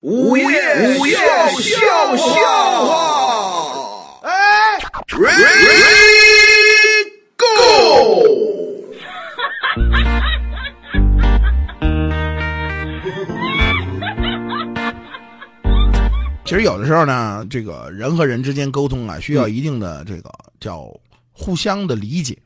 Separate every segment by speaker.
Speaker 1: 午夜午夜笑笑话，哎，Ready Go！
Speaker 2: 其实有的时候呢，这个人和人之间沟通啊，需
Speaker 3: 嗯
Speaker 2: 要一定的这个叫互相的理解。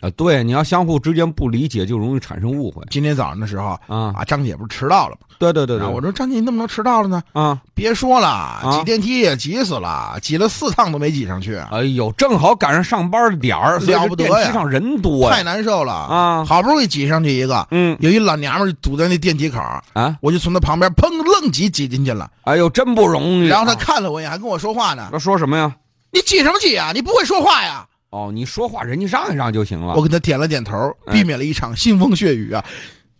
Speaker 3: 啊，对，你要相互之间不理解，就容易产生误会
Speaker 2: 今天早上的时候
Speaker 3: 啊。
Speaker 2: 啊，张姐不是迟到了吗？
Speaker 3: 对对对啊
Speaker 2: 然
Speaker 3: 对，
Speaker 2: 后我说张姐你怎么能迟到了呢？
Speaker 3: 啊，
Speaker 2: 别说了，挤电梯也挤死了，挤了四趟都没挤上去，
Speaker 3: 哎呦，正好赶上上班的点儿，所以
Speaker 2: 了不得
Speaker 3: 这电
Speaker 2: 呀
Speaker 3: 梯上人多
Speaker 2: 太
Speaker 3: 呀。
Speaker 2: 难受了
Speaker 3: 啊
Speaker 2: 好不容易挤上去一个，
Speaker 3: 嗯
Speaker 2: 有一老娘们儿堵在那电梯口儿，
Speaker 3: 啊，
Speaker 2: 我就从她旁边砰愣挤挤进去了，
Speaker 3: 哎呦，真不容易啊。
Speaker 2: 然后她看了我一眼，还跟我说话呢
Speaker 3: 他。说什么呀？
Speaker 2: 你挤什么挤啊？你不会说话呀？
Speaker 3: 哦，你说话人家让一让就行了
Speaker 2: 我。给他点了点头，
Speaker 3: 啊哎
Speaker 2: 避免了一场腥风血雨啊！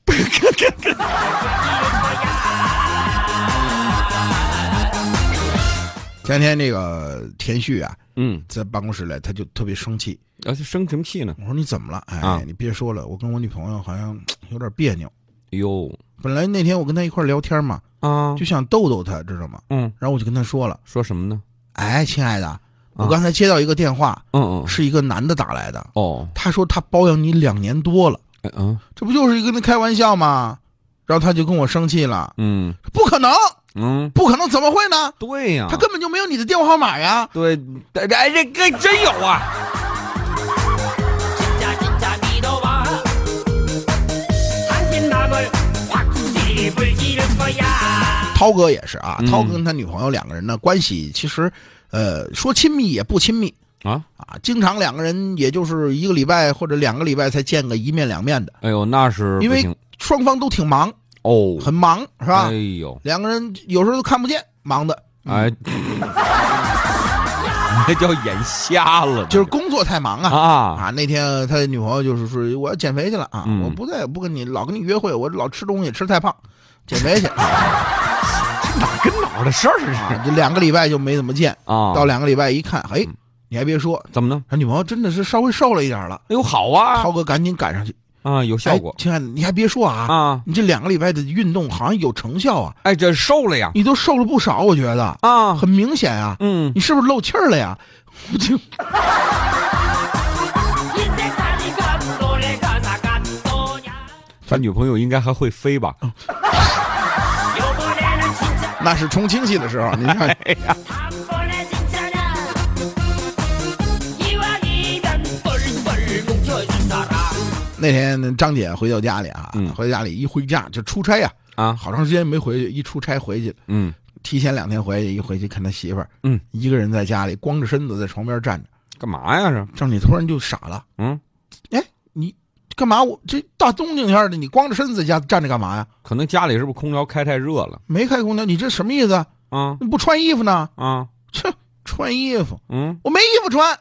Speaker 2: 前两天那个田旭啊，
Speaker 3: 嗯，
Speaker 2: 在办公室来，他就特别生气。
Speaker 3: 啊，这生什么气呢？
Speaker 2: 我说你怎么了？哎，
Speaker 3: 啊
Speaker 2: 你别说了，我跟我女朋友好像有点别扭。
Speaker 3: 哎呦
Speaker 2: 本来那天我跟她一块儿聊天嘛，
Speaker 3: 啊
Speaker 2: 就，想逗逗她，知道吗？
Speaker 3: 嗯，
Speaker 2: 然后我就跟她说了，
Speaker 3: 说什么呢？
Speaker 2: 哎，亲爱的，我刚才接到一个电话，
Speaker 3: 嗯嗯，
Speaker 2: 是一个男的打来的，
Speaker 3: 哦，
Speaker 2: 他说他包养你两年多了。
Speaker 3: 哎嗯
Speaker 2: 这不就是一个那开玩笑吗？然后他就跟我生气了，
Speaker 3: 嗯
Speaker 2: 不可能，
Speaker 3: 嗯，
Speaker 2: 不可能，怎么会呢？
Speaker 3: 对呀，
Speaker 2: 他根本就没有你的电话号码呀！
Speaker 3: 对，哎哎这这真有啊。
Speaker 4: 진짜 진짜 믿어봐 당신 나를 확 뒤집을 지를 거야
Speaker 2: 涛哥也是啊，
Speaker 3: 嗯
Speaker 2: 涛哥跟他女朋友两个人呢，关系其实，呃，说亲密也不亲密
Speaker 3: 啊，
Speaker 2: 啊，经常两个人也就是一个礼拜或者两个礼拜才见个一面两面的，
Speaker 3: 哎呦，那是
Speaker 2: 因
Speaker 3: 不
Speaker 2: 为
Speaker 3: 行
Speaker 2: 双方都挺忙，
Speaker 3: 哦，
Speaker 2: 很忙是吧
Speaker 3: 哎？呦，
Speaker 2: 两个人有时候都看不见，忙的，
Speaker 3: 哎， 那叫眼瞎了，
Speaker 2: 就是工作太忙啊。
Speaker 3: 啊，
Speaker 2: 啊，那天他女朋友就是说我要减肥去了啊，
Speaker 3: 嗯
Speaker 2: 我不再不跟你老跟你约会，我老吃东西吃太胖，减肥去啊，
Speaker 3: 哪跟哪儿的事儿这是
Speaker 2: 这两个礼拜就没怎么见，
Speaker 3: 啊？嗯
Speaker 2: 到两个礼拜一看，哎，你还别说，
Speaker 3: 怎么呢？
Speaker 2: 他女朋友真的是稍微瘦了一点了，
Speaker 3: 哎呦，好啊
Speaker 2: 涛哥赶紧赶上去，
Speaker 3: 啊，有效
Speaker 2: 哎
Speaker 3: 果
Speaker 2: 亲爱的，你还别说啊，
Speaker 3: 啊！
Speaker 2: 你这两个礼拜的运动好像有成效啊，
Speaker 3: 哎，这瘦了呀
Speaker 2: 你都瘦了不少，我觉得
Speaker 3: 啊，
Speaker 2: 很明显啊，
Speaker 3: 嗯，
Speaker 2: 你是不是漏气儿了呀？我 就
Speaker 4: 이 세상이 감도래 가사가 또냐
Speaker 3: 他女朋友应该还会飞吧？
Speaker 2: 嗯
Speaker 4: 요번에는 진짜
Speaker 2: 那是冲清洗的时候，你看
Speaker 3: 哎
Speaker 4: 한 번에 진짜냐 이왕이면 뻘뻘 뭉쳐있어라
Speaker 2: 那天张姐回到家里啊，
Speaker 3: 嗯
Speaker 2: 回到家里一回家就出差啊。
Speaker 3: 啊，
Speaker 2: 好长时间没回去，一出差回去，
Speaker 3: 嗯，
Speaker 2: 提前两天回去，一回去看他媳妇儿，
Speaker 3: 嗯，
Speaker 2: 一个人在家里光着身子在床边站着，
Speaker 3: 干嘛呀这？
Speaker 2: 张姐突然就傻了，
Speaker 3: 嗯，
Speaker 2: 哎，你干嘛？我这大冬景天的，你光着身子在家站着干嘛呀？
Speaker 3: 可能家里是不是空调开太热了
Speaker 2: 没开空调，你这什么意思啊？
Speaker 3: 啊
Speaker 2: 你不穿衣服呢？
Speaker 3: 啊？
Speaker 2: 切，穿衣服，
Speaker 3: 嗯，
Speaker 2: 我没衣服穿，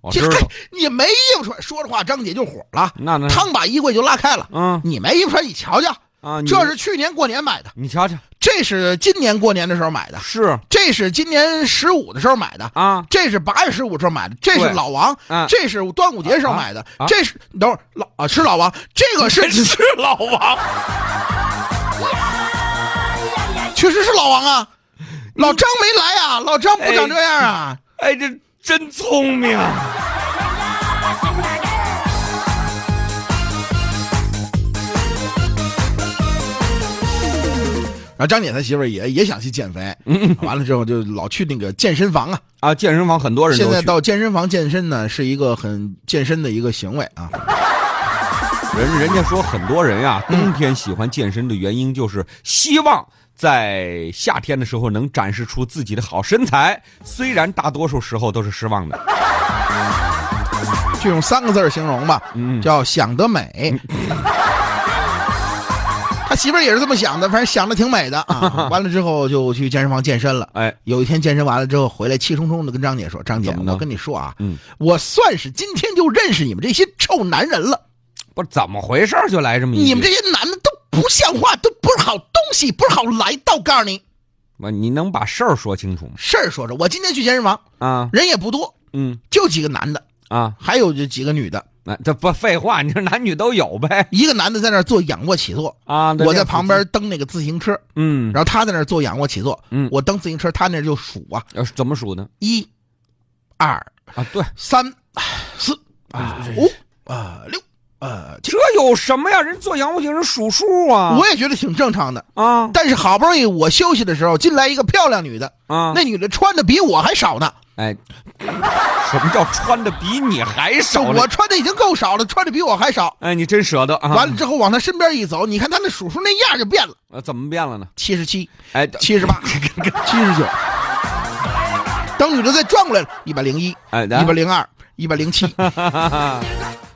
Speaker 3: 我
Speaker 2: 这
Speaker 3: 知道，
Speaker 2: 你没衣服穿，说着话张姐就火了，
Speaker 3: 那那
Speaker 2: 汤把衣柜就拉开了，
Speaker 3: 嗯
Speaker 2: 你没衣服穿，你瞧瞧，
Speaker 3: 啊，你
Speaker 2: 这是去年过年买的，
Speaker 3: 你瞧瞧，
Speaker 2: 这是今年过年的时候买的，
Speaker 3: 是
Speaker 2: 这是今年十五的时候买的。
Speaker 3: 啊，
Speaker 2: 这是八月十五时候买的，这是
Speaker 3: 对
Speaker 2: 老王，
Speaker 3: 嗯
Speaker 2: 这是端午节时候买的，
Speaker 3: 啊啊
Speaker 2: 这是等会儿老啊吃老王，这个是是老王， 确实是老王啊，老张没来啊，老张不长这样啊，
Speaker 3: 哎，这真聪明。啊
Speaker 2: 然后张姐她媳妇儿也也想去减肥，
Speaker 3: 嗯
Speaker 2: 完了之后就老去那个健身房啊，
Speaker 3: 啊，健身房很多人都
Speaker 2: 现在
Speaker 3: 去
Speaker 2: 到健身房健身呢是一个很健身的一个行为啊，
Speaker 3: 人人家说很多人呀、
Speaker 2: 嗯
Speaker 3: 冬天喜欢健身的原因就是希望在夏天的时候能展示出自己的好身材，虽然大多数时候都是失望的。
Speaker 2: 就用三个字儿形容吧，
Speaker 3: 嗯
Speaker 2: 叫想得 美。他媳妇儿也是这么想的，反正想的挺美的 啊。完了之后就去健身房健身了。
Speaker 3: 哎，
Speaker 2: 有一天健身完了之后回来，气冲冲的跟张姐说：“张姐
Speaker 3: 怎，么呢
Speaker 2: 我跟你说啊，
Speaker 3: 嗯
Speaker 2: 我算是今天就认识你们这些臭男人了。
Speaker 3: 不是怎么回事儿就来这么一句
Speaker 2: 你们这些男的都不像话，都不是好东西，不是好来道。告诉你，
Speaker 3: 不你能把事儿说清楚吗？
Speaker 2: 事儿说说，我今天去健身房，
Speaker 3: 啊，
Speaker 2: 人也不多，
Speaker 3: 嗯
Speaker 2: 就几个男的，
Speaker 3: 啊，
Speaker 2: 还有就几个女的。
Speaker 3: 那这不废话， 你说男女都有呗
Speaker 2: 一个男的在那儿做仰卧起坐，
Speaker 3: 啊！
Speaker 2: 我在旁边，蹬那个自行车，
Speaker 3: 嗯，
Speaker 2: 然后他在那儿做仰卧起坐，
Speaker 3: 嗯
Speaker 2: 我蹬自行车，他那儿就数啊，
Speaker 3: 要是怎么数呢？
Speaker 2: 一、二、
Speaker 3: 啊，对，
Speaker 2: 三、四、
Speaker 3: 哎
Speaker 2: 啊五、啊六、啊七。
Speaker 3: 这有什么呀？人做仰卧起坐数数啊，
Speaker 2: 我也觉得挺正常的，
Speaker 3: 啊
Speaker 2: 但是好不容易我休息的时候进来一个漂亮女的，
Speaker 3: 啊，
Speaker 2: 那女的穿的比我还少呢，
Speaker 3: 哎，什么叫穿的比你还
Speaker 2: 就
Speaker 3: 少呢？
Speaker 2: 我穿的已经够少了，穿的比我还少。
Speaker 3: 哎，你真舍得啊！
Speaker 2: 完了之后往她身边一走，你看她那数数那样就变了，
Speaker 3: 了，怎么变了呢？
Speaker 2: 七十七、
Speaker 3: 哎，
Speaker 2: 七十八、 七十九。等女的再转过来了，一百零一、
Speaker 3: 哎，
Speaker 2: 一百零二、一百零七，
Speaker 3: 啊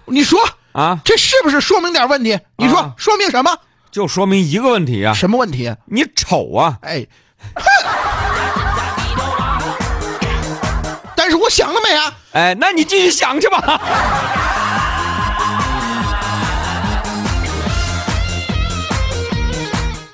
Speaker 2: 你说
Speaker 3: 啊，
Speaker 2: 这是不是说明点问题？你说、
Speaker 3: 啊
Speaker 2: 说明什么？
Speaker 3: 就说明一个问题啊，
Speaker 2: 什么问题？
Speaker 3: 你丑啊！
Speaker 2: 哎， 哼！但是我想了美啊，
Speaker 3: 哎，那你继续想去吧。